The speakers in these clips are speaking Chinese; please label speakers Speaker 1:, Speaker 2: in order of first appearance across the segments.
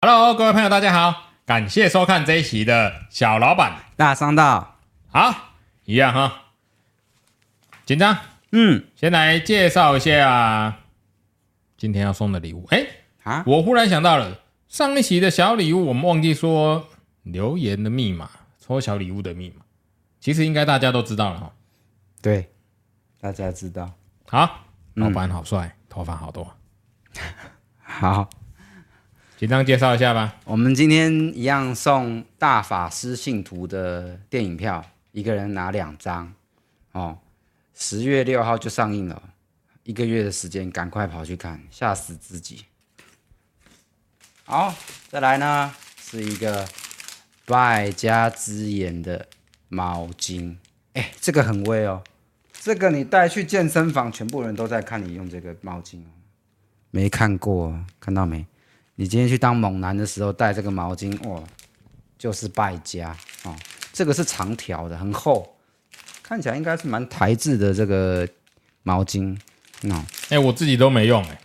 Speaker 1: Hello，各位朋友，大家好，感谢收看这一期的小老板。
Speaker 2: 大商道，
Speaker 1: 好，一样哈，紧张。
Speaker 2: 嗯
Speaker 1: 先来介绍一下今天要送的礼物。哎、
Speaker 2: 啊，
Speaker 1: 我忽然想到了上一期的小礼物，我们忘记说留言的密码，抽小礼物的密码，其实应该大家都知道了哈。
Speaker 2: 对，大家知道，
Speaker 1: 好，老板好帅，头发好多，
Speaker 2: 好，
Speaker 1: 紧张介绍一下吧。
Speaker 2: 我们今天一样送大法师信徒的电影票，一个人拿两张，哦，十月六号就上映了，一个月的时间，赶快跑去看，吓死自己。好，再来呢是一个败家之眼的毛巾，哎，这个很威哦，这个你带去健身房，全部人都在看你用这个毛巾哦，没看过哦，看到没？你今天去当猛男的时候带这个毛巾，哦，就是败家哦。这个是长条的，很厚，看起来应该是蛮台制的这个毛巾。哦，
Speaker 1: 哎、我自己都没用哎、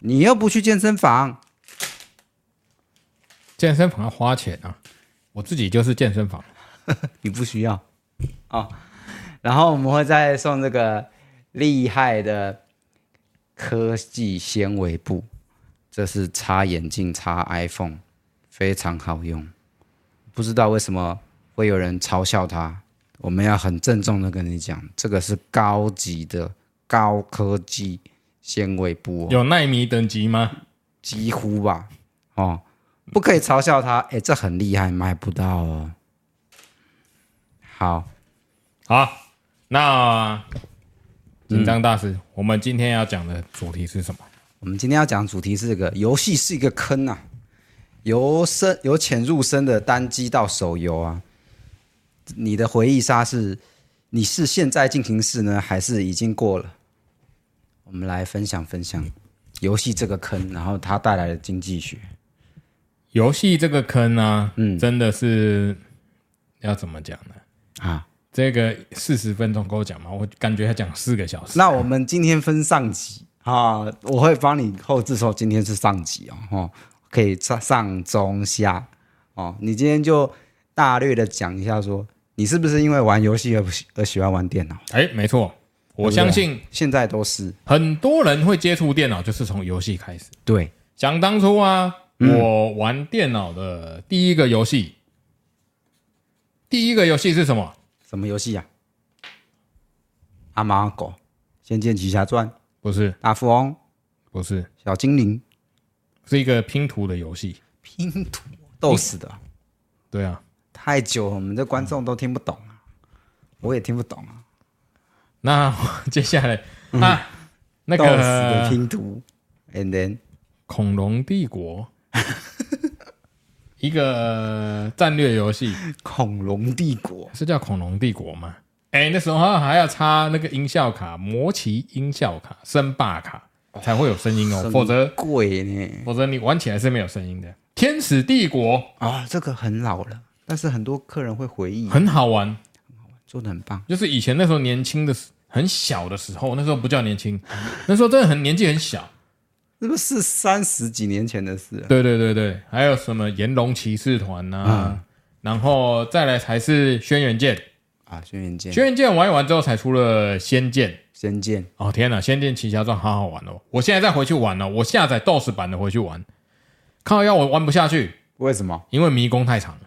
Speaker 2: 你又不去健身房，
Speaker 1: 健身房要花钱啊，我自己就是健身房。
Speaker 2: 你不需要哦。然后我们会再送这个厉害的科技纤维布，这是插眼镜、插 iPhone，非常好用。不知道为什么会有人嘲笑它，我们要很郑重的跟你讲，这个是高级的高科技纤维布、哦。
Speaker 1: 有纳米等级吗？
Speaker 2: 几乎吧，哦，不可以嘲笑他，哎，这很厉害，买不到哦。好，
Speaker 1: 好，那紧张大师，我们今天要讲的主题是什么？
Speaker 2: 我们今天要讲的主题是这个游戏是一个坑啊，由深由浅入深的单机到手游啊，你的回忆杀是你是现在进行式呢，还是已经过了？我们来分享分享游戏这个坑，然后它带来的经济学。
Speaker 1: 游戏这个坑呢、嗯，真的是要怎么讲呢？
Speaker 2: 啊，
Speaker 1: 这个四十分钟够讲吗？我感觉要讲四个小时。
Speaker 2: 那我们今天分上集啊，我会帮你后置说今天是上集哦，哦，可以上上中下哦。你今天就大略的讲一下说，你是不是因为玩游戏而不喜而喜欢玩电脑？
Speaker 1: 哎、没错，我相信
Speaker 2: 现在都是
Speaker 1: 很多人会接触电脑，就是从游戏开始。
Speaker 2: 对，
Speaker 1: 想当初啊，我玩电脑的第一个游戏，第一个游戏是什么？
Speaker 2: 什么游戏啊？阿猫阿狗、仙剑奇侠传、
Speaker 1: 不是，
Speaker 2: 大富翁、
Speaker 1: 不是，
Speaker 2: 小精灵、
Speaker 1: 是一个拼图的游戏。
Speaker 2: 拼图、斗士的，
Speaker 1: 对啊，
Speaker 2: 太久了，我们这观众都听不懂啊，我也听不懂啊。
Speaker 1: 那接下来啊，那
Speaker 2: 斗士的
Speaker 1: 个
Speaker 2: 拼图，and then。
Speaker 1: 恐龙帝国， 一个战略游戏
Speaker 2: 恐龙帝国
Speaker 1: 是叫恐龙帝国吗？哎、那时候还要插那个音效卡，魔奇音效卡、声霸卡才会有声音哦，否则
Speaker 2: 贵呢
Speaker 1: 否则你玩起来是没有声音的。天使帝国
Speaker 2: 啊，这个很老了，但是很多客人会回忆，
Speaker 1: 很好玩，
Speaker 2: 做的很棒。
Speaker 1: 就是以前那时候年轻的时很小的时候，那时候不叫年轻，那时候真的很年纪很小。
Speaker 2: 那个是三十几年前的事了，
Speaker 1: 对对对对，还有什么炎龙骑士团呐、然后再来才是轩辕剑，
Speaker 2: 啊，轩辕剑、
Speaker 1: 轩辕剑玩一玩之后才出了仙剑。
Speaker 2: 仙剑，
Speaker 1: 哦天哪，仙剑奇侠传好好玩哦！我现在再回去玩哦，我下载 DOS 版的回去玩，靠腰我玩不下去，
Speaker 2: 为什么
Speaker 1: 因为迷宫太长，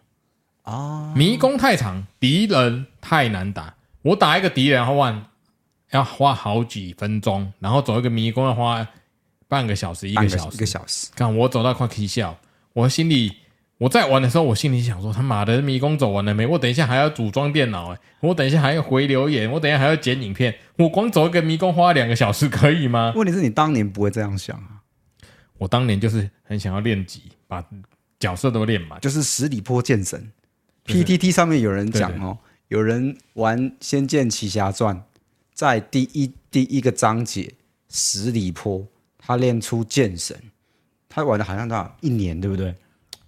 Speaker 2: 啊？
Speaker 1: 迷宫太长，敌人太难打。我打一个敌人要换，要花好几分钟，然后走一个迷宫要花半个小时一
Speaker 2: 半
Speaker 1: 个
Speaker 2: 个
Speaker 1: 小时
Speaker 2: 一个。小时，
Speaker 1: 看我走到快气笑，我心里我在玩的时候，我心里想说他妈的迷宫走完了没？我等一下还要组装电脑哎、我等一下还要回留言，我等一下还要剪影片，我光走一个迷宫花两个小时可以吗？
Speaker 2: 问题是你当年不会这样想啊，
Speaker 1: 我当年就是很想要练级，把角色都练满。
Speaker 2: 就是十里坡剑神，PTT 上面有人讲哦，有人玩《仙剑奇侠传》，在第一第一个章节十里坡，他练出剑神，他玩了好像多少一年，对不对？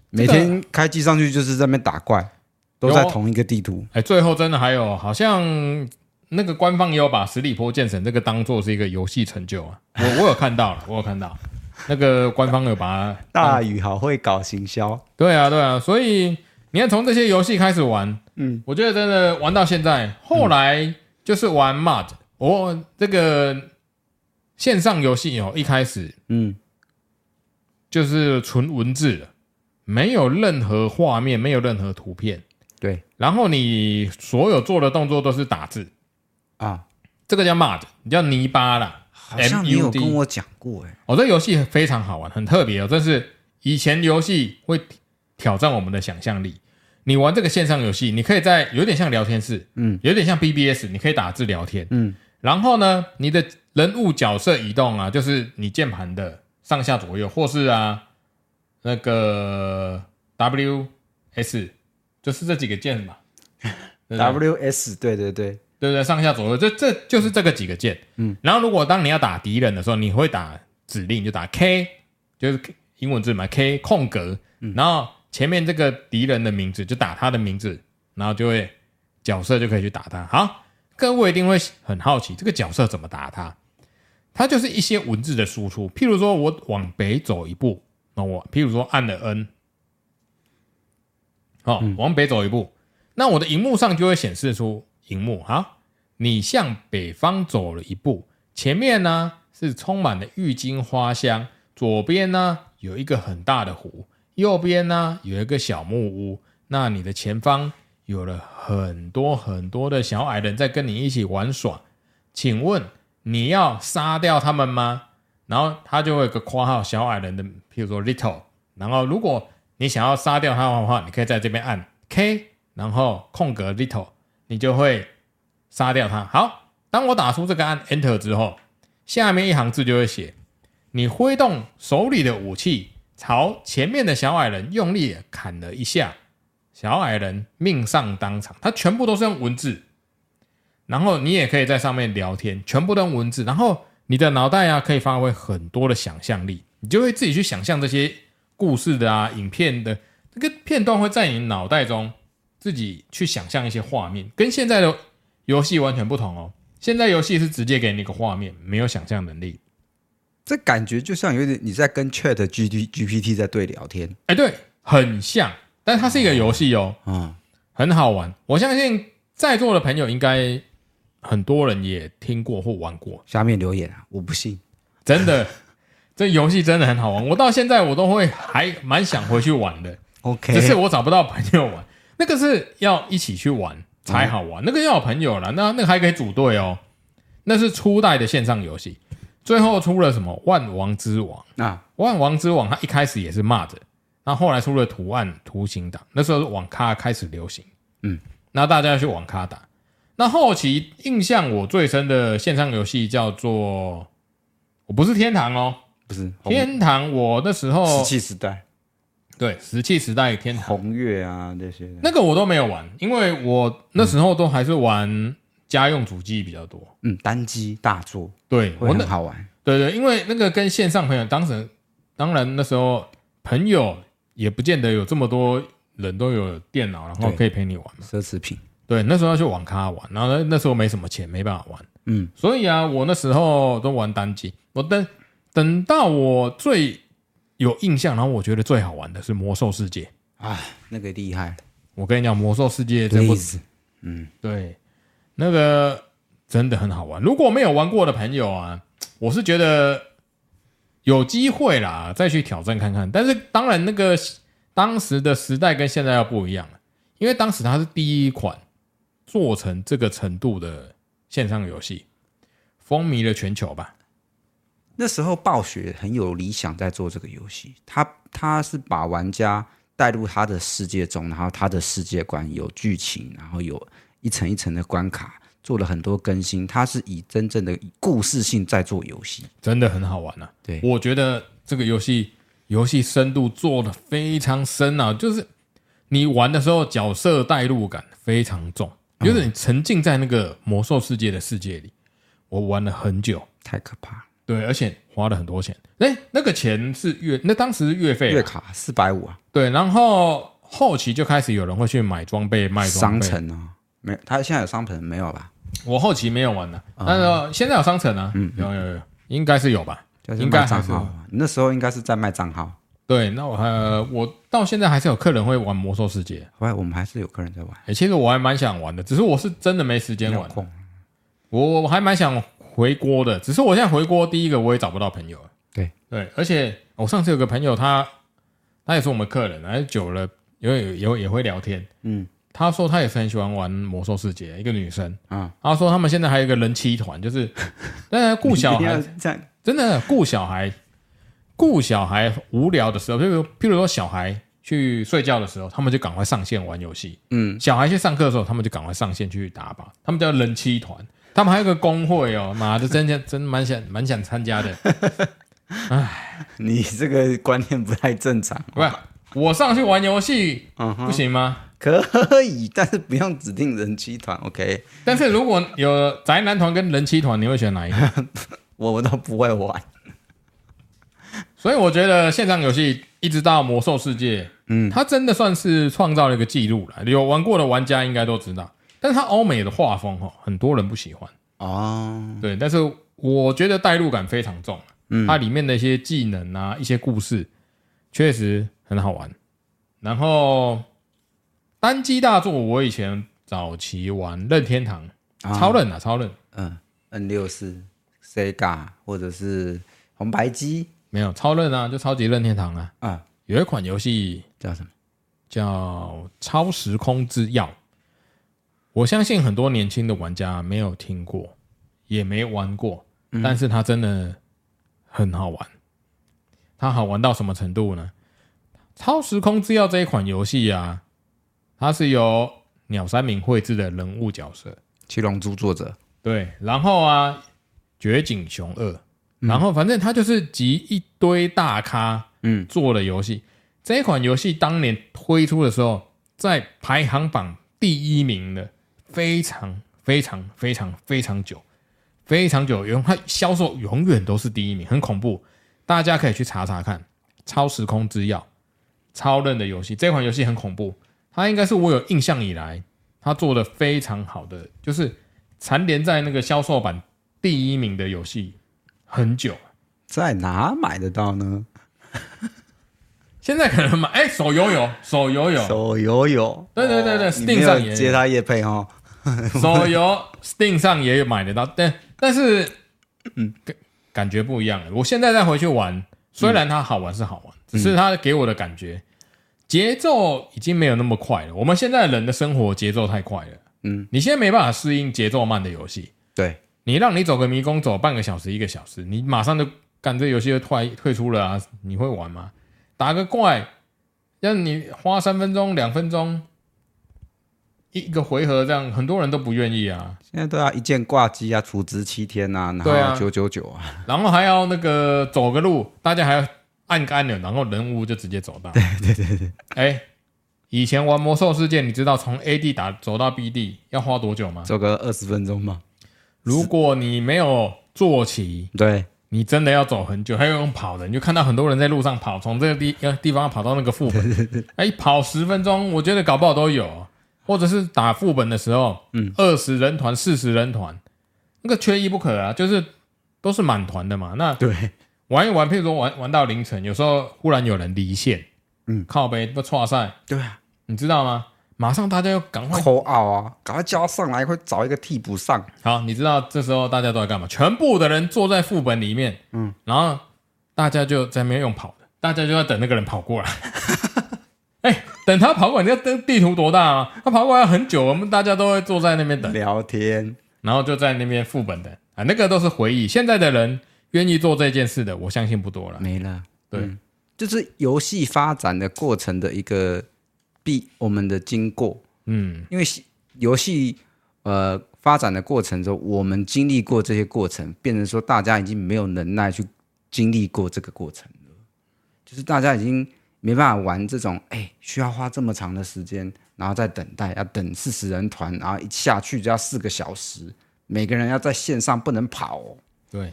Speaker 2: 每天开机上去就是在那边打怪，都在
Speaker 1: 有哦
Speaker 2: 同一个地图。
Speaker 1: 哎、最后真的还有好像。那个官方也有把十里坡剑神这个当做是一个游戏成就啊，我我有看到了，我有看到，那个官方有把它
Speaker 2: 大宇好会搞行销，
Speaker 1: 对啊，对啊，所以你看从这些游戏开始玩，嗯，我觉得真的玩到现在，后来就是玩 MUD，我、这个线上游戏哦，一开始
Speaker 3: 嗯，
Speaker 1: 就是纯文字的，没有任何画面，没有任何图片，
Speaker 3: 对
Speaker 1: 然后你所有做的动作都是打字，
Speaker 3: 啊，
Speaker 1: 这个叫 MUD，叫泥巴啦。
Speaker 3: 好像你有
Speaker 1: MUD
Speaker 3: 跟我讲过哎、
Speaker 1: 哦，这游戏非常好玩，很特别哦。这是以前游戏会挑战我们的想象力。你玩这个线上游戏，你可以在有点像聊天室，
Speaker 3: 嗯，
Speaker 1: 有点像 BBS，你可以打字聊天，
Speaker 3: 嗯。
Speaker 1: 然后呢，你的人物角色移动啊，就是你键盘的上下左右，或是啊那个 W S，就是这几个键嘛。对不对
Speaker 3: WS 对对对，
Speaker 1: 对不对？上下左右，这这就是这个几个键。嗯，然后如果当你要打敌人的时候，你会打指令，就打 K，就是 K- 英文字嘛，K 空格，然后前面这个敌人的名字就打他的名字，然后就会角色就可以去打他。好，各位一定会很好奇这个角色怎么打他，它就是一些文字的输出，譬如说我往北走一步，那我譬如说按了 N，哦，往北走一步，那我的荧幕上就会显示出荧幕好，你向北方走了一步，前面呢是充满了郁金花香，左边呢有一个很大的湖，右边呢有一个小木屋，那你的前方有了很多很多的小矮人在跟你一起玩耍，请问你要杀掉他们吗？然后他就会有个括号小矮人的，譬如说 little，然后如果你想要杀掉他的话，你可以在这边按 K，然后空格 little，你就会杀掉他。好，当我打出这个按 Enter 之后，下面一行字就会写：你挥动手里的武器，朝前面的小矮人用力地砍了一下，小矮人命丧当场。它全部都是用文字，然后你也可以在上面聊天，全部都用文字。然后你的脑袋啊，可以发挥很多的想象力，你就会自己去想象这些故事的啊、影片的这个片段会在你脑袋中自己去想象一些画面，跟现在的游戏完全不同哦。现在游戏是直接给你一个画面，没有想象能力。
Speaker 3: 这感觉就像有点你在跟 Chat G T G P T 在对聊天
Speaker 1: 哎，对，很像，但它是一个游戏哦，
Speaker 3: 啊、
Speaker 1: 很好玩。我相信在座的朋友应该很多人也听过或玩过，
Speaker 3: 下面留言啊，我不信，
Speaker 1: 真的， 这游戏真的很好玩。我到现在我都会还蛮想回去玩的。
Speaker 3: OK，
Speaker 1: 只是我找不到朋友玩，那个是要一起去玩才好玩，那个要有朋友啦，那那个还可以组队哦。那是初代的线上游戏，最后出了什么《万王之王》？
Speaker 3: 啊，
Speaker 1: 《万王之王》它一开始也是骂着，那后来出了图案图形档，那时候是网咖开始流行，
Speaker 3: 嗯，
Speaker 1: 那大家去网咖打。那后期印象我最深的线上游戏叫做，我不是天堂哦，
Speaker 3: 不是红
Speaker 1: 天堂我那时候
Speaker 3: 石器时代
Speaker 1: 对石器时代天堂。
Speaker 3: 红月啊这些的，
Speaker 1: 那个我都没有玩，因为我那时候都还是玩家用主机比较多。
Speaker 3: 嗯，单机大作
Speaker 1: 对
Speaker 3: 会
Speaker 1: 我
Speaker 3: 很
Speaker 1: 那
Speaker 3: 好玩，
Speaker 1: 对对，因为那个跟线上朋友，当时当然那时候朋友也不见得有这么多人都有电脑，然后
Speaker 3: 对
Speaker 1: 可以陪你玩嘛。
Speaker 3: 奢侈品，
Speaker 1: 对，那时候要去网咖玩，然后那那时候没什么钱，没办法玩。
Speaker 3: 嗯，
Speaker 1: 所以啊，我那时候都玩单机。我等等到我最有印象，然后我觉得最好玩的是《魔兽世界》。
Speaker 3: 啊，那个厉害
Speaker 1: 我跟你讲，《魔兽世界》这部
Speaker 3: ，Blaze，嗯
Speaker 1: 对，那个真的很好玩。如果没有玩过的朋友啊，我是觉得有机会啦，再去挑战看看。但是当然，那个当时的时代跟现在要不一样了，因为当时它是第一款做成这个程度的线上游戏，风靡了全球吧。
Speaker 3: 那时候暴雪很有理想在做这个游戏，他他是把玩家带入他的世界中，然后他的世界观有剧情，然后有一层一层的关卡，做了很多更新，他是以真正的故事性在做游戏，
Speaker 1: 真的很好玩啊！
Speaker 3: 对
Speaker 1: 我觉得这个游戏游戏深度做的非常深啊，就是你玩的时候角色代入感非常重，
Speaker 3: 嗯
Speaker 1: 就是你沉浸在那个魔兽世界的世界里。我玩了很久，
Speaker 3: 太可怕了。
Speaker 1: 对，而且花了很多钱。哎，那个钱是月，那当时是月费啊
Speaker 3: 月卡四百五啊，
Speaker 1: 对，然后后期就开始有人会去买装备、卖装
Speaker 3: 商
Speaker 1: 备。
Speaker 3: 城啊，没有，他现在有商城没有吧？啊
Speaker 1: 啊
Speaker 3: 嗯
Speaker 1: 我后期没有玩了，但是现在有商城啊，有有有，应该是有吧？
Speaker 2: 就是
Speaker 1: 应该
Speaker 2: 卖账
Speaker 1: 还是
Speaker 2: 号啊。你那时候应该是在卖账号，
Speaker 1: 对，那我呃，我到现在还是有客人会玩魔兽世界，
Speaker 2: 后来我们还是有客人在玩，
Speaker 1: 诶其实我还蛮想玩的，只是我是真的没时间
Speaker 2: 没有
Speaker 1: 玩，
Speaker 2: 空。
Speaker 1: 我我还蛮想回锅的，只是我现在回锅，第一个我也找不到朋友。
Speaker 2: 对
Speaker 1: 对，而且我上次有个朋友他，他也是我们客人，然后久了也会也会也会聊天。
Speaker 2: 嗯，
Speaker 1: 他说他也是很喜欢玩魔兽世界，一个女生。
Speaker 2: 嗯，
Speaker 1: 他说他们现在还有一个人妻团，就是 但顾小
Speaker 2: 一定
Speaker 1: 孩
Speaker 2: 要这样，
Speaker 1: 真的顾小孩，顾小孩无聊的时候，譬如譬如说小孩去睡觉的时候，他们就赶快上线玩游戏；
Speaker 2: 嗯，
Speaker 1: 小孩去上课的时候，他们就赶快上线去打靶。他们叫人妻团，他们还有一个工会哦，妈的，真想真蛮想蛮想参加的。
Speaker 2: 你这个观念不太正常。
Speaker 1: 不是，我上去玩游戏
Speaker 2: 嗯
Speaker 1: 不行吗？
Speaker 2: 可以，但是不用指定人妻团，OK？
Speaker 1: 但是如果有宅男团跟人妻团，你会选哪一个？
Speaker 2: 我我都不会玩。
Speaker 1: 所以我觉得线上游戏一直到魔兽世界，嗯，它真的算是创造了一个记录了。有玩过的玩家应该都知道，但是它欧美的画风哦，很多人不喜欢。
Speaker 2: 哦，
Speaker 1: 对，但是我觉得代入感非常重，嗯，它里面的一些技能啊，一些故事确实很好玩。然后单机大作，我以前早期玩任天堂、超任啊，超任
Speaker 2: 嗯，N 六四、Sega 或者是红白机
Speaker 1: 没有超任啊，就超级任天堂啊，
Speaker 2: 啊，
Speaker 1: 有一款游戏
Speaker 2: 叫什么？
Speaker 1: 叫《超时空之钥》，我相信很多年轻的玩家没有听过，也没玩过，
Speaker 2: 嗯
Speaker 1: 但是它真的很好玩。它好玩到什么程度呢？《超时空之钥》这一款游戏啊，它是由鸟山明绘制的人物角色，
Speaker 2: 七龙珠作者。
Speaker 1: 对，然后啊，绝景熊二，然后反正他就是集一堆大咖，
Speaker 2: 嗯，
Speaker 1: 做的游戏。这一款游戏当年推出的时候，在排行榜第一名的，非常非常非常非常久，非常久，永它销售永远都是第一名，很恐怖。大家可以去查查看《超时空之钥》超任的游戏，这款游戏很恐怖，它应该是我有印象以来，它做的非常好的，就是蝉联在那个销售榜第一名的游戏很久。
Speaker 2: 在哪买得到呢？
Speaker 1: 现在可能买，哎、手游有，手游有，
Speaker 2: 手游有，
Speaker 1: 对对对对
Speaker 2: 哦
Speaker 1: Steam
Speaker 2: 你没有
Speaker 1: 上也有
Speaker 2: 接他叶配哦。
Speaker 1: 手游 Steam 上也有买得到，但但是，嗯，感感觉不一样了。我现在再回去玩，虽然它好玩是好玩，只是它给我的感觉节奏已经没有那么快了。我们现在人的生活节奏太快了，
Speaker 2: 嗯，
Speaker 1: 你现在没办法适应节奏慢的游戏。
Speaker 2: 对，
Speaker 1: 你让你走个迷宫走半个小时一个小时，你马上就干这游戏就退退出了啊！你会玩吗？打个怪，让你花三分钟两分钟一一个回合，这样很多人都不愿意啊。
Speaker 2: 现在都要一键挂机啊，储值七天啊，然
Speaker 1: 对啊
Speaker 2: 后九九九啊，
Speaker 1: 然后还要那个走个路，大家还要按个按钮，然后人物就直接走到。对对对对。哎，以前玩魔兽世界，你知道从 A D 打走到 B D 要花多久吗？
Speaker 2: 走个二十分钟嘛。
Speaker 1: 如果你没有坐骑，
Speaker 2: 对，
Speaker 1: 你真的要走很久，还有用跑的，你就看到很多人在路上跑，从这个地呃地方跑到那个副本，哎，跑十分钟，我觉得搞不好都有，或者是打副本的时候，嗯，二十人团、四十人团，那个缺一不可啊，就是都是满团的嘛。那
Speaker 2: 对，
Speaker 1: 玩一玩，譬如说玩玩到凌晨，有时候忽然有人离线，
Speaker 2: 嗯，
Speaker 1: 靠背不错赛，
Speaker 2: 对啊，
Speaker 1: 你知道吗？马上大家要赶快
Speaker 2: 扣奥啊，赶快叫他上来，会找一个替补上。
Speaker 1: 好，你知道这时候大家都在干嘛？全部的人坐在副本里面，嗯，然后大家就在那边用跑的，大家就在等那个人跑过来。哎、等他跑过来，你知道这地图多大吗？他跑过来很久，我们大家都会坐在那边等，
Speaker 2: 聊天，
Speaker 1: 然后就在那边副本等啊，那个都是回忆。现在的人愿意做这件事的，我相信不多了。
Speaker 2: 没了。
Speaker 1: 对，
Speaker 2: 嗯就是游戏发展的过程的一个必我们的经过，
Speaker 1: 嗯，
Speaker 2: 因为戏游戏呃发展的过程中，我们经历过这些过程，变成说大家已经没有能耐去经历过这个过程了，就是大家已经没办法玩这种，哎，需要花这么长的时间，然后再等待，要等四十人团，然后一下去就要四个小时，每个人要在线上不能跑、哦，
Speaker 1: 对。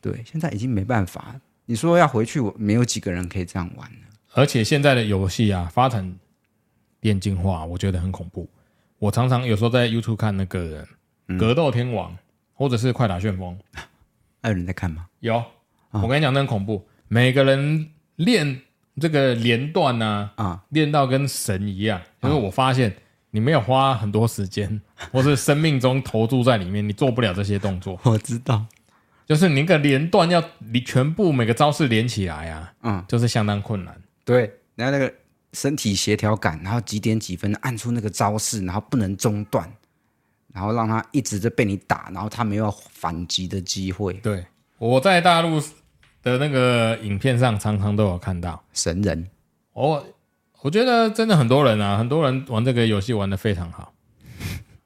Speaker 2: 对，现在已经没办法。你说要回去，我没有几个人可以这样玩了。
Speaker 1: 而且现在的游戏啊，发展电竞化，我觉得很恐怖。我常常有时候在 YouTube 看那个《格斗天王》或者是《快打旋风》，
Speaker 3: 啊
Speaker 2: 还有人在看吗？
Speaker 1: 有我跟你讲，那很恐怖。每个人练这个连段呐、
Speaker 3: 啊
Speaker 1: 练到跟神一样。因为我发现你没有花很多 时间，或是生命中投注在里面，你做不了这些动作。
Speaker 2: 我知道，
Speaker 1: 就是你那个连段要你全部每个招式连起来啊，
Speaker 3: 嗯，
Speaker 1: 就是相当困难。
Speaker 3: 对，然后那个身体协调感，然后几点几分按出那个招式，然后不能中断，然后让他一直就被你打，然后他没有反击的机会，
Speaker 1: 对，我在大陆的那个影片上常常都有看到。
Speaker 3: 神人
Speaker 1: 我我觉得真的很多人啊，很多人玩这个游戏玩的非常好。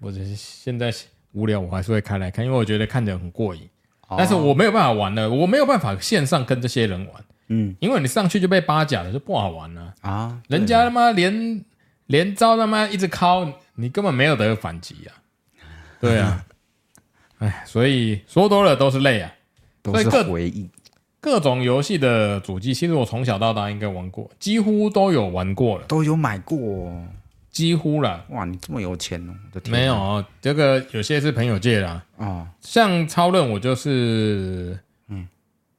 Speaker 1: 我只是现在无聊，我还是会开来看，因为我觉得看着很过瘾。但是我没有办法玩了，我没有办法线上跟这些人玩，
Speaker 3: 嗯，
Speaker 1: 因为你上去就被巴甲了，就不好玩了、
Speaker 3: 啊，
Speaker 1: 人家他妈连连招他妈一直敲，你根本没有得反击啊！对啊，哎，所以说多了都是泪啊。
Speaker 3: 都
Speaker 1: 所以
Speaker 3: 是
Speaker 1: 各
Speaker 3: 回忆，
Speaker 1: 各种游戏的主机，其实我从小到大应该玩过，几乎都有玩过了，
Speaker 3: 都有买过、哦，
Speaker 1: 几乎啦。
Speaker 3: 哇，你这么有钱哦，我的天，
Speaker 1: 没有哦，这个有些是朋友借啦，
Speaker 3: 哦，
Speaker 1: 像超任我就是，嗯，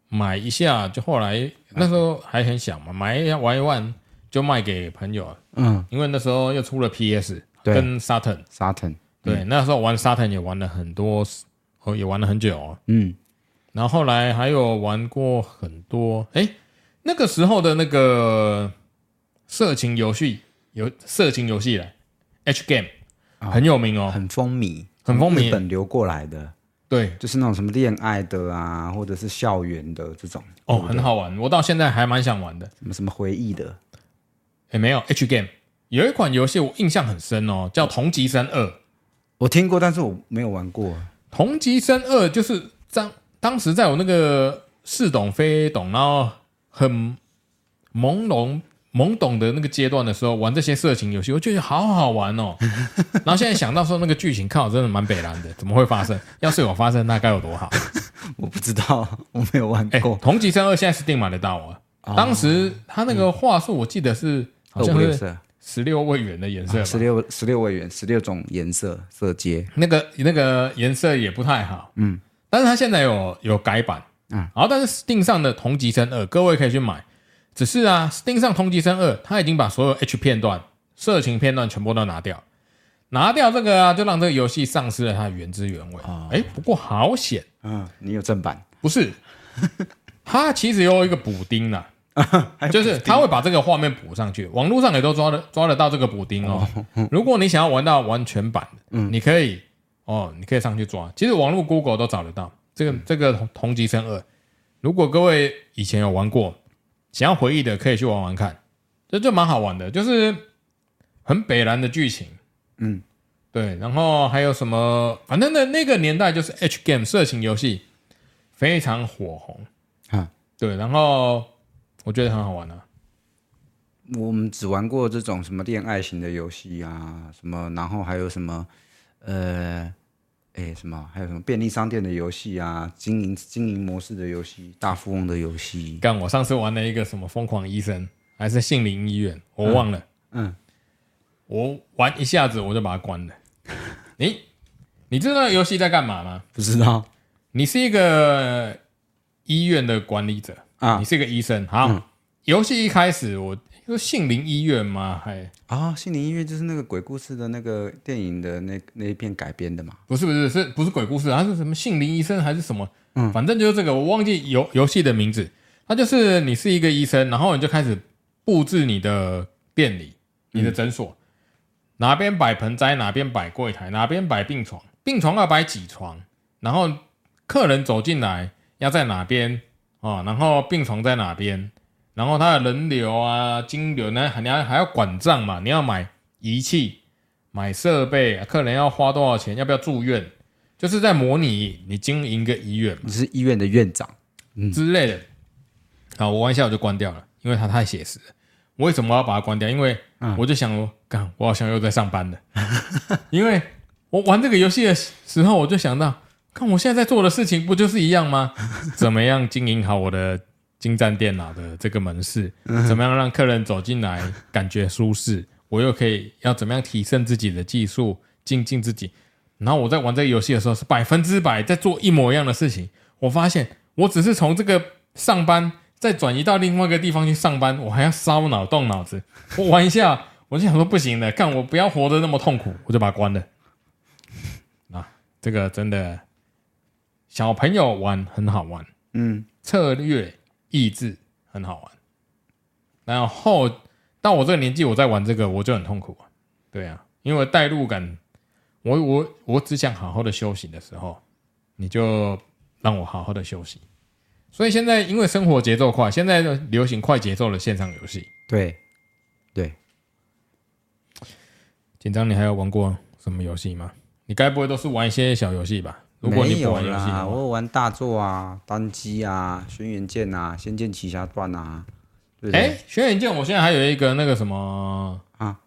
Speaker 1: 买一下就后来那时候还很小嘛，买一下玩一玩就卖给朋友了，
Speaker 3: 嗯
Speaker 1: 因为那时候又出了 PS
Speaker 3: 对
Speaker 1: 跟 Saturn，
Speaker 3: ，Saturn，
Speaker 1: 对，那时候玩 Saturn 也玩了很多，哦，也玩了很久、哦，
Speaker 3: 嗯，
Speaker 1: 然后后来还有玩过很多，哎，那个时候的那个色情游戏，有色情游戏了，H game、很有名哦，
Speaker 2: 很风靡，
Speaker 1: 很风靡
Speaker 2: 日本流过来的，
Speaker 1: 对
Speaker 3: 就是那种什么恋爱的啊，或者是校园的这种，
Speaker 1: 哦，很好玩，我到现在还蛮想玩的。
Speaker 3: 什么什么回忆的，
Speaker 1: 哎，没有 H game 有一款游戏我印象很深哦，叫《同级生二》，《
Speaker 3: 我听过，但是我没有玩过，
Speaker 1: 同级生二》就是当当时在我那个似懂非懂，然后很朦胧懵懂的那个阶段的时候，玩这些色情游戏，我觉得好好玩哦。然后现在想到说那个剧情，靠，真的蛮北蓝的，怎么会发生？要是有发生，那该有多好！
Speaker 2: 我不知道，我没有玩
Speaker 1: 哎、
Speaker 2: 过，
Speaker 1: 同级生二现在是定买得到啊。当时他那个话术，我记得是好
Speaker 3: 二五
Speaker 1: 像
Speaker 2: 哦
Speaker 3: 六
Speaker 1: 是
Speaker 3: 色，
Speaker 1: 十六位元的颜色吧
Speaker 3: 十，六十六位元，十六种颜色色阶，
Speaker 1: 那个那个颜色也不太好，嗯，但是它现在有有改版，嗯，然后但是 Steam 上的同级生二，各位可以去买，只是啊，Steam 上同级生二，它已经把所有 H 片段、色情片段全部都拿掉，拿掉这个啊，就让这个游戏丧失了它的原汁原味。哎、不过好险，
Speaker 3: 嗯，你有正版，
Speaker 1: 不是， 它其实有一个补丁 啦、就是它会把这个画面补上去，网络上也都抓得抓得到这个补丁哦。 嗯如果你想要玩到完全版的，你可以哦，你可以上去抓。其实网络 Google 都找得到这个这个同同级生二。如果各位以前有玩过，想要回忆的可以去玩玩看，这就蛮好玩的，就是很北蓝的剧情。
Speaker 3: 嗯，
Speaker 1: 对，然后还有什么？反正那那个年代就是 H game 色情游戏非常火红
Speaker 3: 啊。
Speaker 1: 对，然后我觉得很好玩啊。
Speaker 3: 我们只玩过这种什么恋爱型的游戏啊，什么，然后还有什么，呃，哎，什么，还有什么便利商店的游戏啊，经营经营模式的游戏，大富翁的游戏，
Speaker 1: 干，我上次玩了一个什么疯狂医生，还是杏林医院，我忘了。
Speaker 3: 嗯嗯
Speaker 1: 我玩一下子我就把它关了。 你你知道游戏在干嘛吗？
Speaker 3: 不知道
Speaker 1: 你是一个医院的管理者，
Speaker 3: 啊嗯
Speaker 1: 你是一个医生。好，游戏、一开始我说杏林医院吗？还
Speaker 3: 啊，心灵音乐就是那个鬼故事的那个电影的那那一片改编的嘛，
Speaker 1: 不是不是是不是鬼故事？它是什么杏林医生还是什么？嗯，反正就是这个，我忘记游游戏的名字。它就是你是一个医生，然后你就开始布置你的店里、你的诊所，哪边摆盆栽，哪边摆柜台，哪边摆病床，病床啊要摆几床，然后客人走进来要在哪边哦，然后病床在哪边，然后它的人流啊、金流呢，你还还要管账嘛，你要买仪器、买设备，客人要花多少钱，要不要住院，就是在模拟你经营一个医院嘛
Speaker 3: 你是医院的院长，
Speaker 1: 之类的。好，我玩一下我就关掉了，因为它太写实了。我为什么要把它关掉？因为我就想说，干、我好像又在上班了。 因为我玩这个游戏的时候，我就想到，看我现在在做的事情不就是一样吗？ 怎么样经营好我的精湛电脑的这个门市？怎么样让客人走进来感觉舒适？我又可以要怎么样提升自己的技术，精进自己？然后我在玩这个游戏的时候，是百分之百在做一模一样的事情。我发现我只是从这个上班再转移到另外一个地方去上班，我还要烧脑动脑子。我玩一下，我就想说不行了，干我不要活得那么痛苦，我就把它关了。啊，这个真的小朋友玩很好玩，
Speaker 3: 嗯，
Speaker 1: 策略益智很好玩。然后到我这个年纪，我在玩这个我就很痛苦啊。对啊，因为代入感，我我我只想好好的休息的时候，你就让我好好的休息。所以现在因为生活节奏快，现在流行快节奏的线上游戏。
Speaker 2: 对，
Speaker 1: 紧张，你还有玩过什么游戏吗？你该不会都是玩一些小游戏吧？如果你
Speaker 2: 没
Speaker 1: 不
Speaker 2: 有
Speaker 1: 玩游戏
Speaker 2: 啦，
Speaker 1: 的话，
Speaker 2: 我有玩大作啊、单机啊、轩辕剑啊、仙剑奇侠传啊，对不对？
Speaker 1: 哎，轩辕剑，我现在还有一个那个什么
Speaker 2: 啊，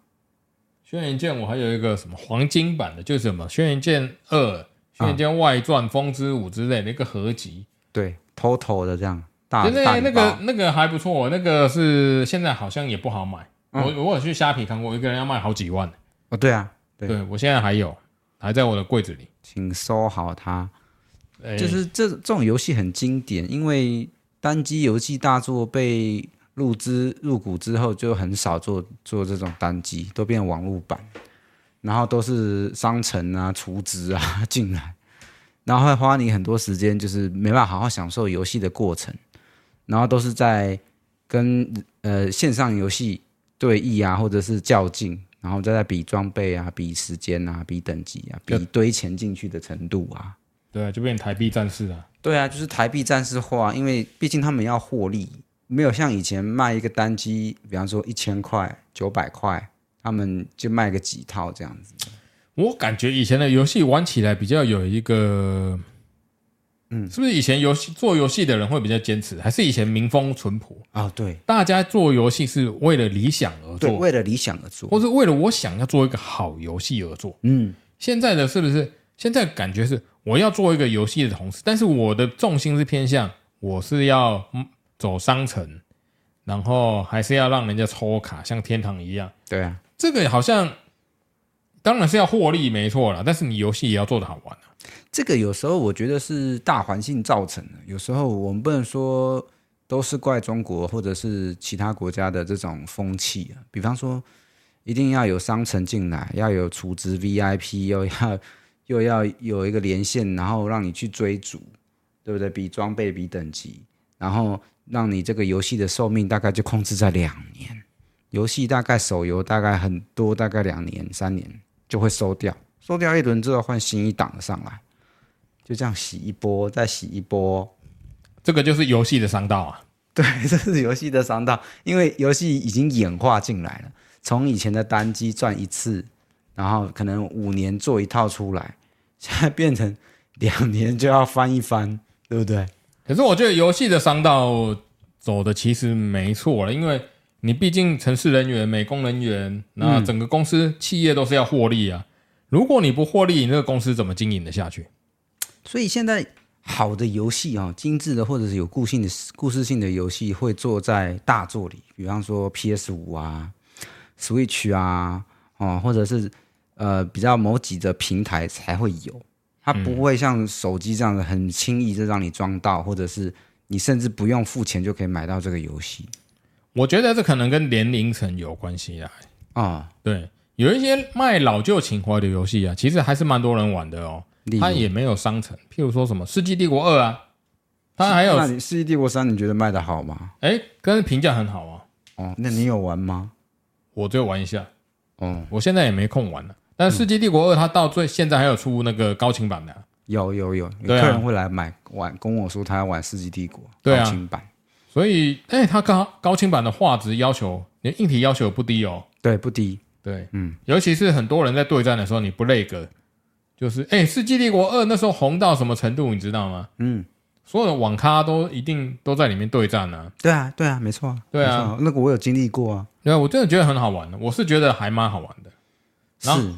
Speaker 1: 轩辕剑，我还有一个什么黄金版的，就是什么轩辕剑
Speaker 2: 啊
Speaker 1: 二、轩辕剑外传、风之舞之类的一个合集，
Speaker 2: 对，total 的这样大
Speaker 1: 对
Speaker 2: 啊大
Speaker 1: 那
Speaker 2: 礼
Speaker 1: 那
Speaker 2: 包
Speaker 1: 个那个还不错，那个是现在好像也不好买。
Speaker 2: 嗯
Speaker 1: 我我有去虾皮看过，一个人要卖好几万。
Speaker 2: 哦，对啊，对
Speaker 1: 对我现在还有，还在我的柜子里。
Speaker 2: 请收好它。
Speaker 1: 哎
Speaker 2: 就是这这种游戏很经典，因为单机游戏大作被入资入股之后，就很少做做这种单机，都变网络版，然后都是商城啊、厨子啊 进来，然后会花你很多时间，就是没办法好好享受游戏的过程，然后都是在跟呃线上游戏对弈啊，或者是较劲。然后再在比装备啊，比时间啊，比等级啊，比
Speaker 1: 就
Speaker 2: 堆钱进去的程度啊。
Speaker 1: 对，就变台币战士啊。
Speaker 2: 对啊，就是台币战士化，因为毕竟他们要获利，没有像以前卖一个单机，比方说一千块、九百块，他们就卖个几套这样子。
Speaker 1: 我感觉以前的游戏玩起来比较有一个，嗯，是不是以前游戏做游戏的人会比较坚持，还是以前民风淳朴？
Speaker 2: 哦，对，
Speaker 1: 大家做游戏是为了理想而
Speaker 2: 对，
Speaker 1: 做，
Speaker 2: 为了理想而做。
Speaker 1: 或是为了我想要做一个好游戏而做。
Speaker 2: 嗯，
Speaker 1: 现在的是不是？现在感觉是我要做一个游戏的同时，但是我的重心是偏向我是要嗯走商城，然后还是要让人家抽卡，像天堂一样。
Speaker 2: 对啊，
Speaker 1: 这个好像当然是要获利没错啦，但是你游戏也要做得好玩啊。
Speaker 2: 这个有时候我觉得是大环境造成的，有时候我们不能说都是怪中国或者是其他国家的这种风气啊。比方说，一定要有商城进来，要有储值 VIP，又要又要有一个连线，然后让你去追逐，对不对？比装备，比等级，然后让你这个游戏的寿命大概就控制在两年。游戏大概手游大概很多，大概两年三年就会收掉，收掉一轮之后换新一档的上来。就这样洗一波，再洗一波。
Speaker 1: 这个就是游戏的商道啊。
Speaker 2: 对，这是游戏的商道，因为游戏已经演化进来了，从以前的单机赚一次，然后可能五年做一套出来，现在变成两年就要翻一翻，对不对？
Speaker 1: 可是我觉得游戏的商道走的其实没错了，因为你毕竟城市人员、美工人员，那整个公司、企业都是要获利啊。如果你不获利，你这个公司怎么经营的下去？
Speaker 2: 所以现在好的游戏啊、精致的或者是有故性的故事性的游戏，会做在大作里，比方说 PS 五啊、Switch 啊，哦，或者是呃比较某几个平台才会有，它不会像手机这样的很轻易就让你装到，或者是你甚至不用付钱就可以买到这个游戏
Speaker 1: 我觉得这可能跟年龄层有关系啦。
Speaker 2: 哦。
Speaker 1: 对，有一些卖老旧情怀的游戏啊，其实还是蛮多人玩的哦。
Speaker 2: 例如
Speaker 1: 它也没有商城，譬如说什么《世纪帝国二》啊，它还有
Speaker 2: 那你《世纪帝国三》你觉得卖的好吗？
Speaker 1: 哎，跟是评价很好啊。
Speaker 2: 哦，那你有玩吗？
Speaker 1: 我就玩一下，
Speaker 2: 哦，
Speaker 1: 我现在也没空玩了。但《世纪帝国二》它到最现在还有出那个高清版的啊、
Speaker 2: 有有有，有客
Speaker 1: 对啊
Speaker 2: 人会来买玩，跟我说他要玩《世纪帝国》
Speaker 1: 对啊
Speaker 2: 高清版。
Speaker 1: 所以，哎、它高高清版的画质要求，你硬体要求不低哦。
Speaker 2: 对，不低。
Speaker 1: 对，
Speaker 2: 嗯，
Speaker 1: 尤其是很多人在对战的时候，你不累格，就是哎，世纪帝国二》那时候红到什么程度，你知道吗？
Speaker 2: 嗯，
Speaker 1: 所有的网咖都一定都在里面对战啊。
Speaker 2: 对啊，对啊，没错啊，
Speaker 1: 对啊
Speaker 2: 没错，那个我有经历过啊。
Speaker 1: 对啊，我真的觉得很好玩的，我是觉得还蛮好玩的。然后
Speaker 2: 是，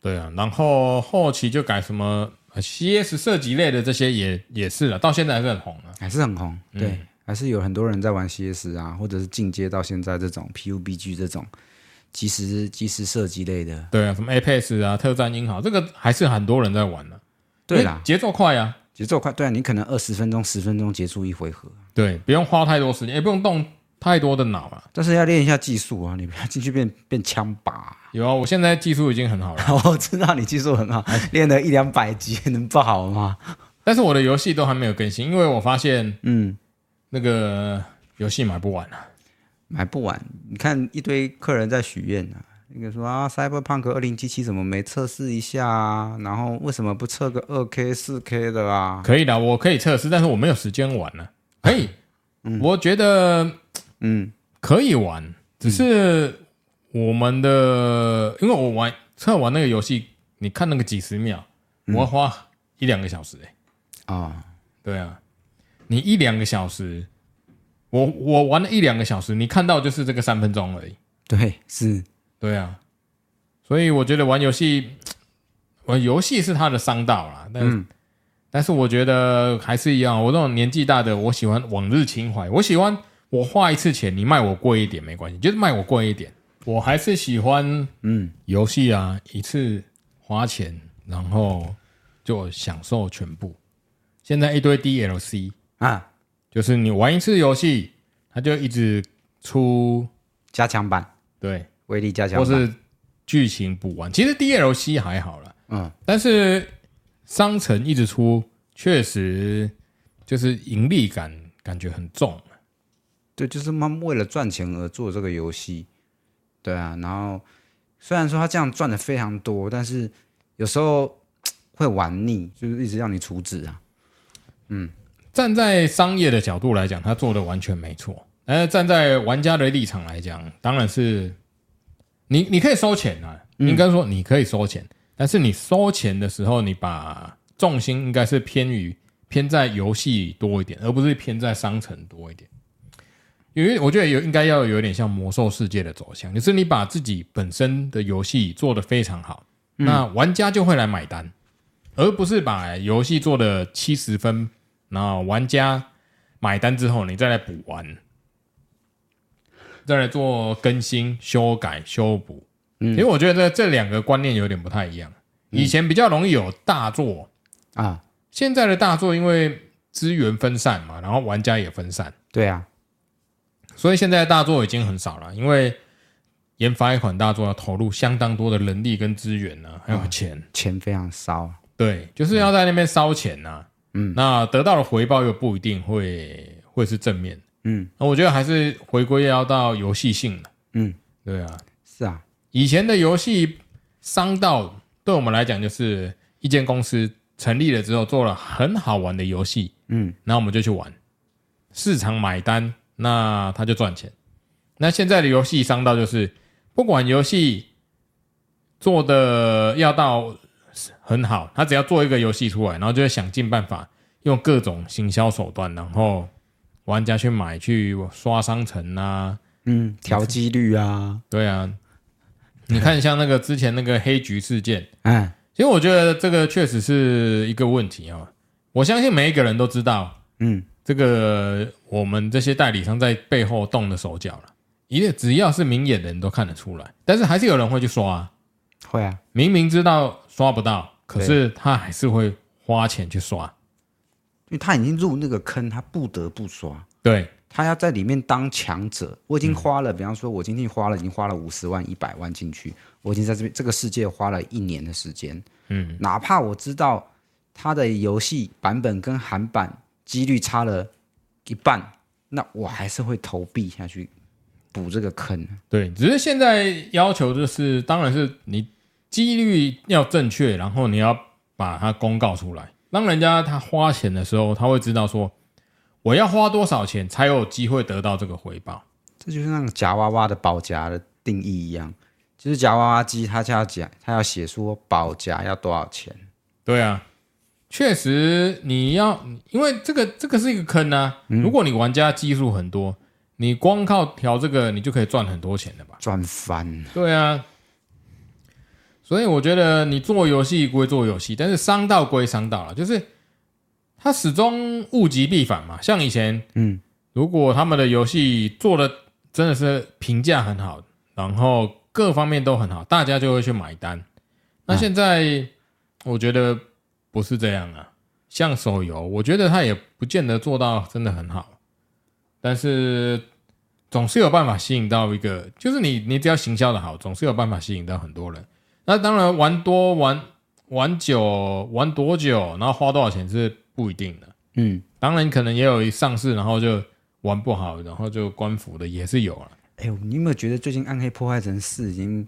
Speaker 1: 对啊，然后后期就改什么呃 CS 射击类的这些也也是了，到现在还是很红啊。
Speaker 2: 还是很红。对，
Speaker 1: 嗯
Speaker 2: 还是有很多人在玩 CS 啊，或者是进阶到现在这种 PUBG 这种即时即时射击类的。
Speaker 1: 对啊，什么 Apex 啊、特战英豪，这个还是很多人在玩的、
Speaker 2: 对
Speaker 1: 因为
Speaker 2: 啦，
Speaker 1: 节奏快啊，
Speaker 2: 节奏快，对啊，你可能二十分钟、十分钟结束一回合，
Speaker 1: 对，不用花太多时间，也不用动太多的脑啊。
Speaker 2: 但是要练一下技术啊，你不要进去变变枪靶啊、
Speaker 1: 有啊，我现在技术已经很好了，
Speaker 2: 我知道你技术很好，练了一两百级，能不好吗？
Speaker 1: 但是我的游戏都还没有更新，因为我发现
Speaker 2: 嗯，
Speaker 1: 那个游戏买不完啊。
Speaker 2: 买不完。你看一堆客人在许愿啊，那个说啊，Cyberpunk 二零七七怎么没测试一下啊？然后为什么不测个二 K、四 K 的啊？
Speaker 1: 可以的，我可以测试，但是我没有时间玩呢、啊可以，我觉得
Speaker 2: 嗯，
Speaker 1: 可以玩，只是我们的，因为我玩测完那个游戏，你看那个几十秒，我要花一两个小时、欸。
Speaker 2: 啊、
Speaker 1: 对啊，你一两个小时，我我玩了一两个小时，你看到就是这个三分钟而已。
Speaker 2: 对，是，
Speaker 1: 对啊，所以我觉得玩游戏，玩游戏是他的商道啦，但、但是我觉得还是一样，我这种年纪大的，我喜欢往日情怀，我喜欢我花一次钱，你卖我贵一点没关系，就是卖我贵一点，我还是喜欢
Speaker 2: 嗯，
Speaker 1: 游戏啊，一次花钱，然后就享受全部。现在一堆 DLC，
Speaker 2: 啊，
Speaker 1: 就是你玩一次游戏，它就一直出
Speaker 2: 加强版，
Speaker 1: 对
Speaker 2: 威力加强
Speaker 1: 或
Speaker 2: 版，
Speaker 1: 是剧情补完。其实 DLC 还好啦，
Speaker 2: 嗯，
Speaker 1: 但是商城一直出，确实就是盈利感感觉很重。
Speaker 2: 对，就是他们为了赚钱而做这个游戏，对啊。然后虽然说他这样赚的非常多，但是有时候会玩腻，就是一直让你处置啊。
Speaker 1: 站在商业的角度来讲，他做的完全没错。呃，站在玩家的立场来讲，当然是你你可以收钱啊，应该说你可以收钱，但是你收钱的时候，你把重心应该是偏于偏在游戏多一点，而不是偏在商城多一点。因为我觉得有应该要有点像魔兽世界的走向，就是你把自己本身的游戏做得非常好，那玩家就会来买单，而不是把游戏做的七十分然后玩家买单之后，你再来补完，再来做更新、修改、修补。嗯，因为我觉得这两个观念有点不太一样。以前比较容易有大作，
Speaker 2: 啊，
Speaker 1: 现在的大作因为资源分散嘛，然后玩家也分散，
Speaker 2: 对啊，
Speaker 1: 所以现在的大作已经很少了。因为研发一款大作要投入相当多的人力跟资源呢、还有钱。
Speaker 2: 钱非常烧啊。
Speaker 1: 对，就是要在那边烧钱呐、嗯，那得到的回报又不一定会会是正面。
Speaker 2: 嗯，
Speaker 1: 那我觉得还是回归要到游戏性了。
Speaker 2: 嗯，
Speaker 1: 对啊，
Speaker 2: 是啊，
Speaker 1: 以前的游戏商道对我们来讲就是一间公司成立了之后做了很好玩的游戏，
Speaker 2: 嗯，
Speaker 1: 然后我们就去玩，市场买单，那他就赚钱。那现在的游戏商道就是不管游戏做的要到很好，他只要做一个游戏出来，然后就会想尽办法用各种行销手段，然后玩家去买去刷商城啊，
Speaker 2: 嗯，调机率啊，
Speaker 1: 对啊，你看像那个之前那个黑局事件，
Speaker 2: 嗯，
Speaker 1: 其实我觉得这个确实是一个问题啊、我相信每一个人都知道，
Speaker 2: 嗯，
Speaker 1: 这个我们这些代理商在背后动的手脚了，一定只要是明眼人都看得出来，但是还是有人会去刷、啊，
Speaker 2: 会啊，
Speaker 1: 明明知道刷不到，可是他还是会花钱去刷。
Speaker 2: 因为他已经入那个坑，他不得不刷，
Speaker 1: 对
Speaker 2: 他要在里面当强者。我已经花了，比方说，我今天花了，已经花了五十万、一百万进去，我已经在这边这个世界花了一年的时间。
Speaker 1: 嗯，
Speaker 2: 哪怕我知道它的游戏版本跟韩版几率差了一半，那我还是会投币下去补这个坑。
Speaker 1: 对，只是现在要求就是，当然是你几率要正确，然后你要把它公告出来，让人家他花钱的时候，他会知道说我要花多少钱才有机会得到这个回报。
Speaker 2: 这就是那个夹娃娃的保夹的定义一样，就是夹娃娃机，它就要夹，它要写说保夹要多少钱。
Speaker 1: 对啊，确实你要，因为这个这个是一个坑啊。如果你玩家基数很多，你光靠调这个，你就可以赚很多钱了吧？
Speaker 2: 赚翻了，
Speaker 1: 对啊，所以我觉得你做游戏归做游戏，但是商道归商道了，就是他始终物极必反嘛。像以前，
Speaker 2: 嗯，
Speaker 1: 如果他们的游戏做的真的是评价很好，然后各方面都很好，大家就会去买单。那现在我觉得不是这样啊，像手游，我觉得它也不见得做到真的很好，但是总是有办法吸引到一个，就是你你只要行销的好，总是有办法吸引到很多人。那当然玩多玩玩久玩多久，然后花多少钱是不一定的。
Speaker 3: 嗯，
Speaker 1: 当然可能也有一上市，然后就玩不好，然后就官服的也是有啊了。
Speaker 2: 哎、你有没有觉得最近《暗黑破坏神四》已经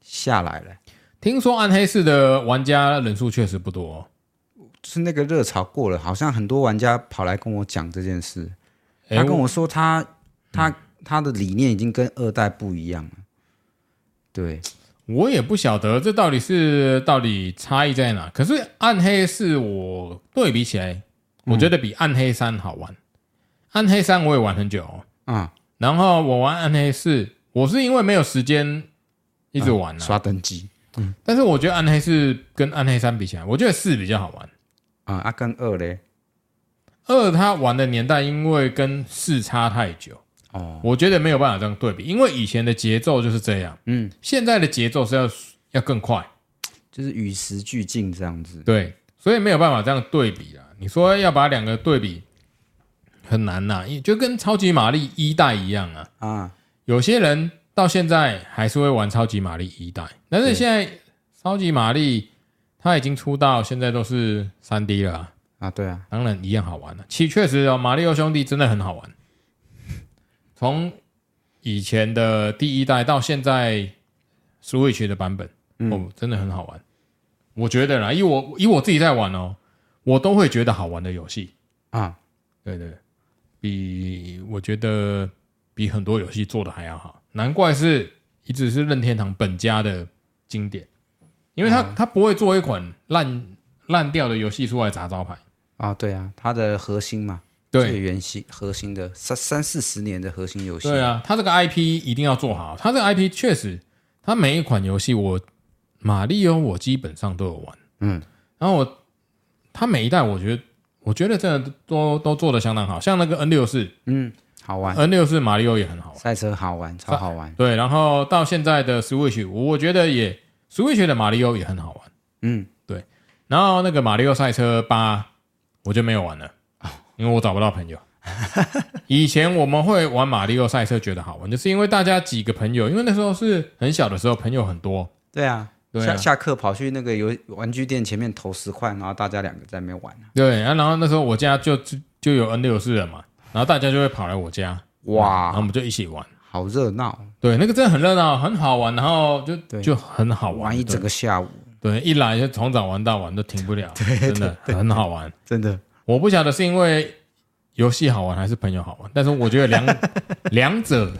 Speaker 2: 下来了？
Speaker 1: 听说暗黑四的玩家人数确实不多、哦
Speaker 2: 就是那个热潮过了，好像很多玩家跑来跟我讲这件事。
Speaker 1: 哎
Speaker 2: 他跟我说他他、他的理念已经跟二代不一样了。对，
Speaker 1: 我也不晓得这到底是到底差异在哪。可是暗黑是我对比起来，我觉得比暗黑三好玩。暗黑三我也玩很久、哦，
Speaker 2: 啊、
Speaker 1: 然后我玩暗黑四，我是因为没有时间一直玩啊。
Speaker 2: 刷登机
Speaker 1: 但是我觉得暗黑四跟暗黑三比起来，我觉得四比较好玩。
Speaker 2: 啊，啊跟二嘞，
Speaker 1: 二他玩的年代，因为跟四差太久，
Speaker 2: 哦，
Speaker 1: 我觉得没有办法这样对比，因为以前的节奏就是这样，
Speaker 2: 嗯，
Speaker 1: 现在的节奏是要要更快，
Speaker 2: 就是与时俱进这样子。
Speaker 1: 对，所以没有办法这样对比啦。你说要把两个对比很难呐、因为就跟超级玛丽一代一样啊，
Speaker 2: 啊，
Speaker 1: 有些人到现在还是会玩超级玛丽一代，但是
Speaker 2: 对
Speaker 1: 现在超级玛丽它已经出到现在都是三 D 了啊、
Speaker 2: 啊，对啊，
Speaker 1: 当然一样好玩了、其确实哦，《马里奥兄弟》真的很好玩。 从以前的第一代到现在 Switch 的版本，哦，真的很好玩。我觉得啦，以我以我自己在玩哦，我都会觉得好玩的游戏
Speaker 2: 啊。
Speaker 1: 对对，对比我觉得比很多游戏做的还要好，难怪是一直是任天堂本家的经典，因为他、
Speaker 2: 嗯
Speaker 1: 他不会做一款烂烂掉的游戏出来砸招牌。
Speaker 2: 啊，对啊，它的核心嘛，
Speaker 1: 对，
Speaker 2: 最原型核心的三三四十年的核心游戏，
Speaker 1: 对啊，他这个 IP 一定要做好。他这个 IP 确实，他每一款游戏我马里奥我基本上都有玩，
Speaker 2: 嗯，
Speaker 1: 然后我他每一代我觉得我觉得真的都都做的相当好，像那个 N 六四
Speaker 2: 嗯，好玩，
Speaker 1: N 六四马里奥也很好玩，
Speaker 2: 赛车好玩，啊超好玩，
Speaker 1: 对，然后到现在的 Switch，我觉得也 Switch 的马里奥也很好玩，
Speaker 2: 嗯，
Speaker 1: 对，然后那个马里奥赛车八我就没有玩了，因为我找不到朋友。以前我们会玩马里奥赛车，觉得好玩，就是因为大家几个朋友，因为那时候是很小的时候，朋友很多，
Speaker 2: 对啊，
Speaker 1: 对啊
Speaker 2: 下下课跑去那个游玩具店前面投十块，然后大家两个在那边玩啊，
Speaker 1: 对，啊、然后那时候我家就就就有 N 六四了嘛，然后大家就会跑来我家，然后我
Speaker 2: 哇，嗯
Speaker 1: 们就一起玩，
Speaker 2: 好热闹，
Speaker 1: 对，那个真的很热闹，很好玩，然后就
Speaker 2: 对
Speaker 1: 就很好玩，
Speaker 2: 玩一整个下午，
Speaker 1: 对，一来就从早玩到晚都停不了，真的很好玩。
Speaker 2: 真的
Speaker 1: 我不晓得是因为游戏好玩还是朋友好玩，但是我觉得 两两者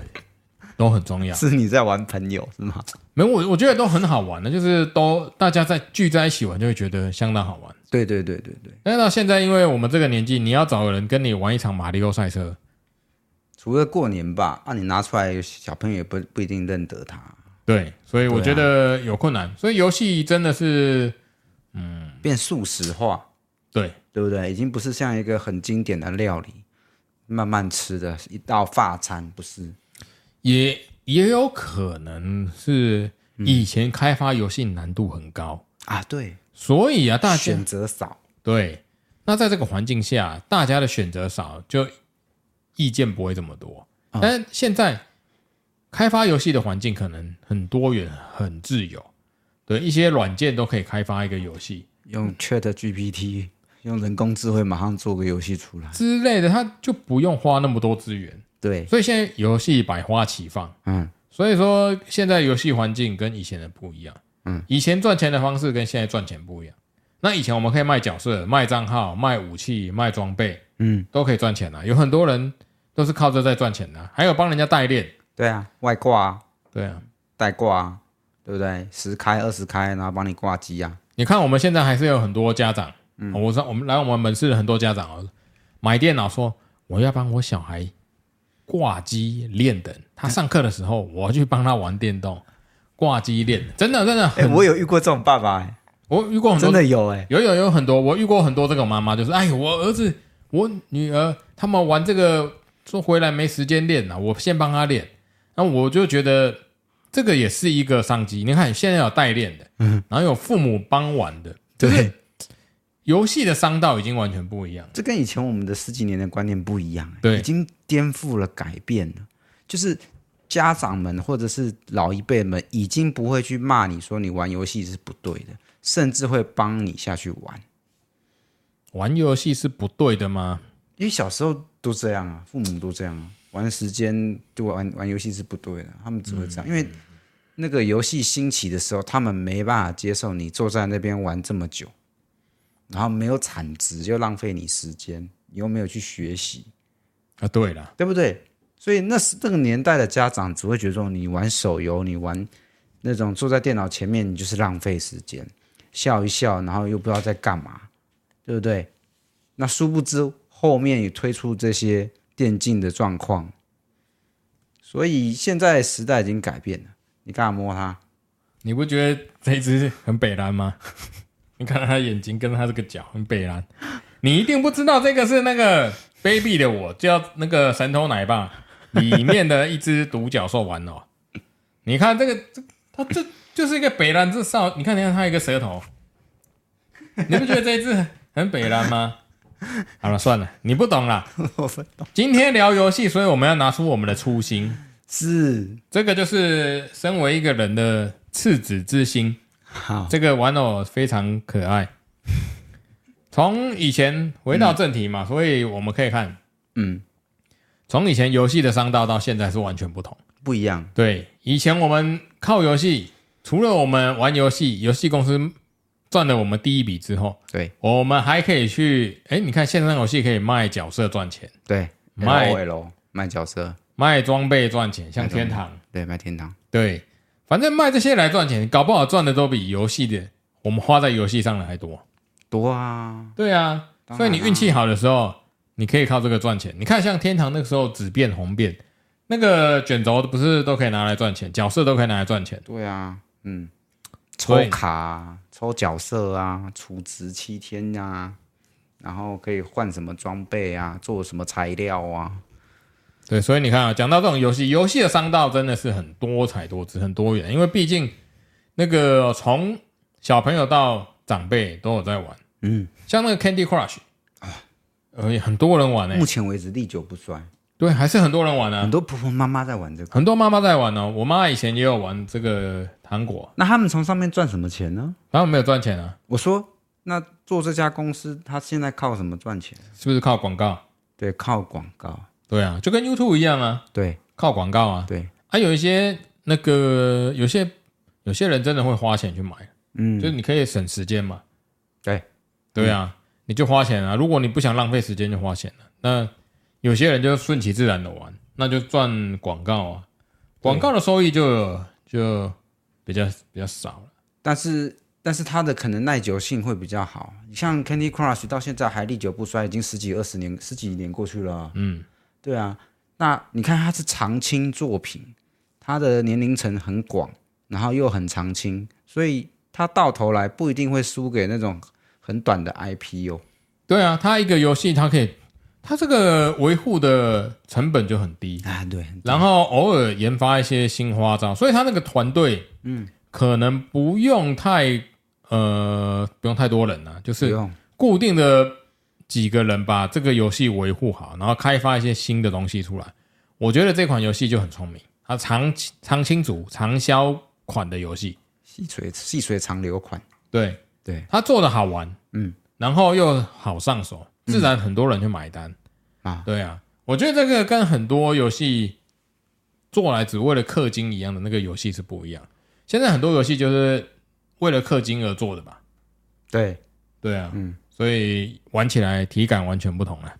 Speaker 1: 都很重要。
Speaker 2: 是你在玩朋友是吗？
Speaker 1: 没有，我我觉得都很好玩的，就是都大家在聚在一起玩，就会觉得相当好玩。
Speaker 2: 对对对对对，
Speaker 1: 但是到现在，因为我们这个年纪，你要找人跟你玩一场马里奥赛车，
Speaker 2: 除了过年吧，啊，你拿出来小朋友也不不一定认得他，
Speaker 1: 对，所以我
Speaker 2: 对啊
Speaker 1: 觉得有困难。所以游戏真的是
Speaker 2: 变速食化，
Speaker 1: 对，
Speaker 2: 对不对？已经不是像一个很经典的料理，慢慢吃的一道法餐，不是？
Speaker 1: 也也有可能是
Speaker 2: 嗯
Speaker 1: 以前开发游戏难度很高，
Speaker 2: 啊，对，
Speaker 1: 所以啊，大家
Speaker 2: 选择少，
Speaker 1: 对，那在这个环境下，大家的选择少，就意见不会这么多。但现在开发游戏的环境可能很多元、很自由，对一些软件都可以开发一个游戏
Speaker 2: 用 Chat GPT，用人工智慧马上做个游戏出来。
Speaker 1: 之类的，它就不用花那么多资源。
Speaker 2: 对，
Speaker 1: 所以现在游戏百花齐放，
Speaker 2: 嗯，
Speaker 1: 所以说现在游戏环境跟以前的不一样，嗯，以前赚钱的方式跟现在赚钱不一样。那以前我们可以卖角色、卖账号、卖武器、卖装备，
Speaker 2: 嗯，
Speaker 1: 都可以赚钱啊。有很多人都是靠这在赚钱的啊、还有帮人家代练，
Speaker 2: 对啊，外挂、啊、
Speaker 1: 对啊。
Speaker 2: 代挂、啊，对不对？十开二十开，然后帮你挂机啊。
Speaker 1: 你看我们现在还是有很多家长，哦我说我们来我们门市的很多家长哦，买电脑说我要帮我小孩挂机练等，他上课的时候我要去帮他玩电动，挂机练，真的真的
Speaker 2: 哎、
Speaker 1: 很
Speaker 2: 我有遇过这种爸爸、哎，
Speaker 1: 我遇过很多
Speaker 2: 真的有哎、
Speaker 1: 有有有很多，我遇过很多这种妈妈，就是哎，我儿子、我女儿他们玩这个，说回来没时间练了、我先帮他练。那我就觉得这个也是一个商机。你看现在有代练的，然后有父母帮玩的，就是
Speaker 2: 对
Speaker 1: 游戏的商道已经完全不一样了。
Speaker 2: 这跟以前我们的十几年的观念不一样，哎
Speaker 1: 对
Speaker 2: 已经颠覆了、改变了。就是家长们或者是老一辈们已经不会去骂你说你玩游戏是不对的，甚至会帮你下去玩。
Speaker 1: 玩游戏是不对的吗？
Speaker 2: 因为小时候都这样啊，父母都这样啊，玩时间就玩玩游戏是不对的，他们只会这样，因为那个游戏兴起的时候，他们没办法接受你坐在那边玩这么久，然后没有产值，又浪费你时间，你又没有去学习，
Speaker 1: 啊，对了，
Speaker 2: 对不对？所以那是这个年代的家长只会觉得说，你玩手游，你玩那种坐在电脑前面，你就是浪费时间，笑一笑，然后又不知道在干嘛，对不对？那殊不知后面也推出这些电竞的状况，所以现在时代已经改变了。你干嘛摸它？
Speaker 1: 你不觉得这一只很北蓝吗？ 你看他眼睛跟他这个脚很北蓝，你一定不知道这个是那个 baby 的我叫那个神偷奶爸里面的一只独角兽玩偶。你看这个，这它这就是一个北蓝这少，你看你看它有一个舌头，你不觉得这一只很北蓝吗？ 好了，算了，你不懂啦。今天聊游戏，所以我们要拿出我们的初心。
Speaker 2: 是
Speaker 1: 这个就是身为一个人的赤子之心。
Speaker 2: 好，
Speaker 1: 这个玩偶非常可爱。从以前回到正题嘛，所以我们可以看，
Speaker 2: 嗯，
Speaker 1: 从以前游戏的商道到现在是完全不同。
Speaker 2: 不一样，
Speaker 1: 对，以前我们靠游戏，除了我们玩游戏，游戏公司赚了我们第一笔之后，
Speaker 2: 对
Speaker 1: 我们还可以去，哎，你看线上游戏可以卖角色赚钱，
Speaker 2: 对，
Speaker 1: 卖
Speaker 2: L 卖角色，
Speaker 1: 卖装备赚钱，像天堂，
Speaker 2: 对，卖天堂，
Speaker 1: 对，反正卖这些来赚钱，搞不好赚的都比游戏的我们花在游戏上的还多。
Speaker 2: 多啊，
Speaker 1: 对啊，所以你运气好的时候，你可以靠这个赚钱。你看，像天堂那个时候紫变红变，那个卷轴不是都可以拿来赚钱，角色都可以拿来赚钱。
Speaker 2: 对啊，嗯，抽
Speaker 1: 所以
Speaker 2: 卡啊、抽角色啊，储值七天啊，然后可以换什么装备啊，做什么材料啊，
Speaker 1: 对，所以你看啊，讲到这种游戏，游戏的商道真的是很多彩多姿、很多元，因为毕竟那个从小朋友到长辈都有在玩。
Speaker 2: 嗯，啊
Speaker 1: 像那个 Candy Crush，呃，也很多人玩诶、
Speaker 2: 目前嗯为止历久不衰，
Speaker 1: 对，还是很多人玩啊
Speaker 2: 很，多婆婆妈妈在玩这个。
Speaker 1: 很多妈妈在玩哦。我妈以前也有玩这个糖果，
Speaker 2: 那他们从上面赚什么钱呢？
Speaker 1: 然后没有赚钱啊，
Speaker 2: 我说，那做这家公司，他现在靠什么赚钱？
Speaker 1: 是不是靠广告？
Speaker 2: 对，靠广告。
Speaker 1: 对啊，就跟 YouTube 一样啊，
Speaker 2: 对
Speaker 1: 靠广告啊。
Speaker 2: 对，
Speaker 1: 啊，有一些那个有些有些人真的会花钱去买，
Speaker 2: 嗯，
Speaker 1: 就是你可以省时间嘛。
Speaker 2: 对，
Speaker 1: 对啊，你就花钱啊。如果你不想浪费时间，就花钱了、那有些人就顺其自然的玩，那就赚广告啊，广告的收益就就比较比较少了。
Speaker 2: 但是但是它的可能耐久性会比较好。像 Candy Crush 到现在还历久不衰，已经十几二十年、十几年过去了啊。
Speaker 1: 嗯，
Speaker 2: 对啊，那你看它是常青作品，它的年龄层很广，然后又很常青，所以它到头来不一定会输给那种很短的 IP 哦。
Speaker 1: 对啊，它一个游戏它可以，它这个维护的成本就很低。
Speaker 2: 啊，对，
Speaker 1: 然后偶尔研发一些新花招，所以他那个团队，嗯，可能不用太呃不用太多人啊，就
Speaker 2: 不
Speaker 1: 是
Speaker 2: 用
Speaker 1: 固定的几个人把这个游戏维护好，然后开发一些新的东西出来。我觉得这款游戏就很聪明，它长长青组长销款的游戏，
Speaker 2: 细水细水长流款。
Speaker 1: 对
Speaker 2: 对，
Speaker 1: 它做的好玩，
Speaker 2: 嗯，
Speaker 1: 然后又好上手，自然很多人就买单、
Speaker 2: 啊。
Speaker 1: 对啊，我觉得这个跟很多游戏做来只为了氪金一样的那个游戏是不一样。现在很多游戏就是为了氪金而做的吧？
Speaker 2: 对，
Speaker 1: 对啊，嗯，所以玩起来体感完全不同了。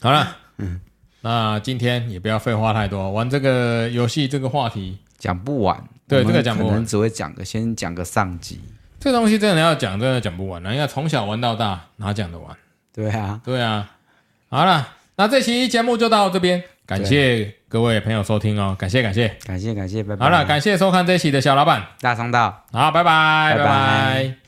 Speaker 1: 好了，嗯，那今天也不要废话太多，玩这个游戏这个话题，
Speaker 2: 讲不完。
Speaker 1: 对
Speaker 2: 我们
Speaker 1: 这个讲不完
Speaker 2: 可能只会讲个先讲个上集。
Speaker 1: 这东西真的要讲，真的讲不完了。因为从小玩到大，哪讲得完？
Speaker 2: 对啊，
Speaker 1: 对啊，好了，那这期节目就到这边，感谢各位朋友收听哦，感谢感谢。
Speaker 2: 感谢感谢，拜拜。
Speaker 1: 好了，感谢收看这一期的小老板，
Speaker 2: 大商道。
Speaker 1: 好，拜拜，
Speaker 2: 拜
Speaker 1: 拜
Speaker 2: 拜
Speaker 1: 拜